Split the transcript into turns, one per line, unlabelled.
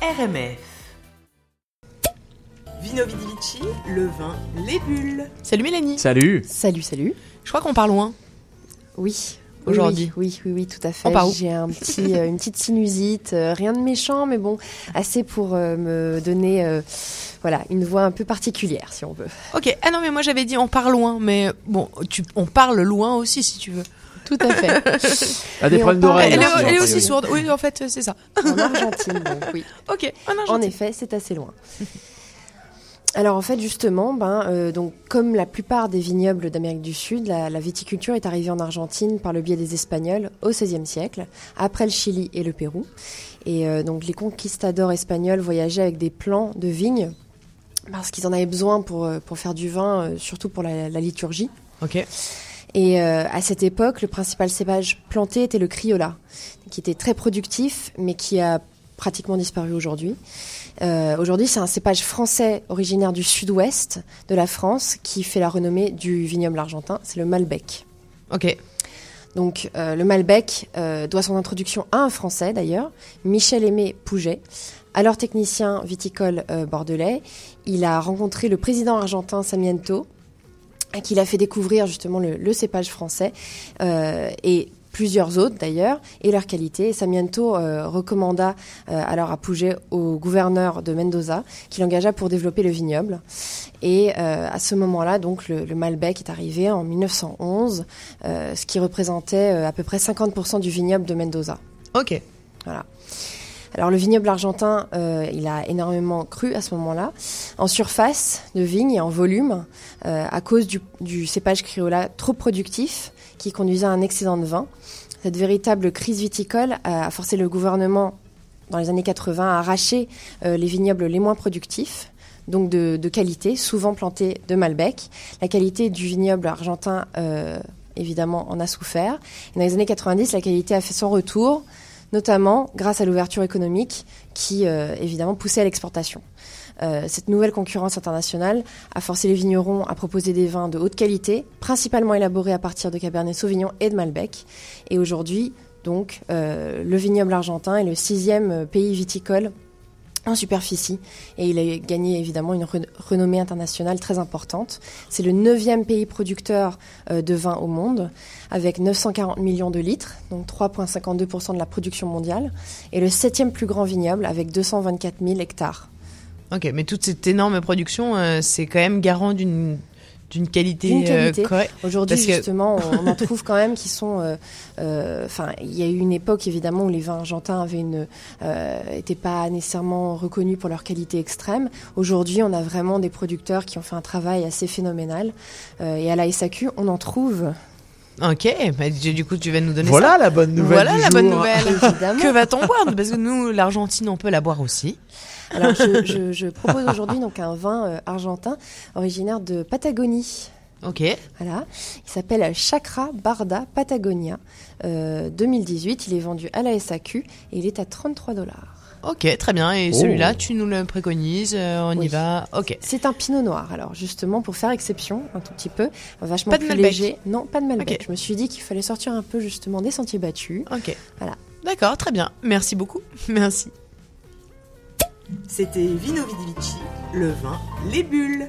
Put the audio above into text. RMF. Vino Vidi Vici, le vin, les bulles.
Salut Mélanie
Salut
Salut, salut.
Je crois qu'on parle loin.
Oui.
Aujourd'hui.
Oui, oui, oui, oui, tout à fait.
On part où
J'ai un petit, euh, une petite sinusite, euh, rien de méchant, mais bon, assez pour euh, me donner, euh, voilà, une voix un peu particulière, si on veut.
Ok, ah non mais moi j'avais dit on parle loin, mais bon, tu, on parle loin aussi si tu veux.
Tout à fait.
Ah, des
Mais
problèmes
on parle-
d'oreilles.
elle, est-
non,
aussi,
elle
a
est
priori.
aussi sourde, oui en fait c'est ça.
en Argentine, donc oui.
Ok, Ah non,
En
gentil.
effet, c'est assez loin. Alors en fait justement, ben, euh, donc, comme la plupart des vignobles d'Amérique du Sud, la, la viticulture est arrivée en Argentine par le biais des Espagnols au XVIe siècle, après le Chili et le Pérou. Et euh, donc les conquistadors espagnols voyageaient avec des plants de vignes parce qu'ils en avaient besoin pour, euh, pour faire du vin, euh, surtout pour la- la liturgie.
Ok,
Et euh, à cette époque, le principal cépage planté était le Criolla, qui était très productif, mais qui a pratiquement disparu aujourd'hui. Euh, aujourd'hui, c'est un cépage français originaire du sud-ouest de la France qui fait la renommée du vignoble argentin, c'est le Malbec.
ok,
Donc euh, le Malbec euh, doit son introduction à un Français d'ailleurs, Michel Aimé Pouget. Alors technicien viticole euh, bordelais, il a rencontré le président argentin Samiento, à qui il a fait découvrir justement le, le cépage français euh, et plusieurs autres d'ailleurs, et leur qualité. Et Samiento euh, recommanda euh, alors à Pouget au gouverneur de Mendoza, qui l'engagea pour développer le vignoble. Et euh, à ce moment-là, donc le- le Malbec est arrivé en 1911 euh, ce qui représentait euh, à peu près 50% du vignoble de Mendoza.
ok,
Alors le vignoble argentin, euh, il a énormément cru à ce moment-là, en surface de vigne et en volume, euh, à cause du, du cépage criolla trop productif qui conduisait à un excédent de vin. Cette véritable crise viticole a a forcé le gouvernement, dans les années 80, à arracher euh, les vignobles les moins productifs, donc de, de qualité, souvent plantés de Malbec. La qualité du vignoble argentin, euh, évidemment, en a souffert. Et dans les années 90, la qualité a fait son retour, notamment grâce à l'ouverture économique qui, euh, évidemment, poussait à l'exportation. Euh, cette nouvelle concurrence internationale a forcé les vignerons à proposer des vins de haute qualité, principalement élaborés à partir de Cabernet Sauvignon et de Malbec. Et aujourd'hui, donc, euh, le vignoble argentin est le sixième euh, pays viticole en superficie et il a gagné évidemment une re- renommée internationale très importante. C'est le neuvième pays producteur euh, de vin au monde avec 940 millions de litres, donc 3,52% de la production mondiale, et le septième plus grand vignoble avec 224 000 hectares.
ok. Mais toute cette énorme production, euh, c'est quand même garant d'une d'une qualité, euh,
D'une qualité.
correcte.
Aujourd'hui,
Parce que-
justement, on en trouve quand même qui sont. euh, euh, Enfin, il y a eu une époque évidemment où les vins argentins avaient une, euh, étaient pas nécessairement reconnus pour leur qualité extrême. Aujourd'hui, on a vraiment des producteurs qui ont fait un travail assez phénoménal. Euh, et à la SAQ, on en trouve
Ok, bah, du du coup tu vas nous donner
Voilà la bonne
ça.
nouvelle.
Voilà
du
la bonne
jour.
nouvelle.
évidemment.
que va-t-on boire Parce que nous, l'Argentine, on peut la boire aussi.
Alors, je, je- je propose aujourd'hui donc un vin euh, argentin originaire de Patagonie.
Ok,
Voilà, il s'appelle Chakra Barda Patagonia euh, 2018. Il est vendu à la SAQ et il est à 33 dollars.
ok, très bien. Et
Oh.
celui-là, tu nous le préconises, euh, on y
Oui.
va. Ok.
C'est un pinot noir, alors justement pour faire exception un tout petit peu, vachement
Pas de
plus
Malbec.
léger. Non, pas de Malbec.
Ok.
Je me suis dit qu'il fallait sortir un peu justement des sentiers battus.
Ok.
Voilà.
D'accord, très bien. Merci beaucoup. Merci.
C'était Vino Vidi Vici, le vin, les bulles.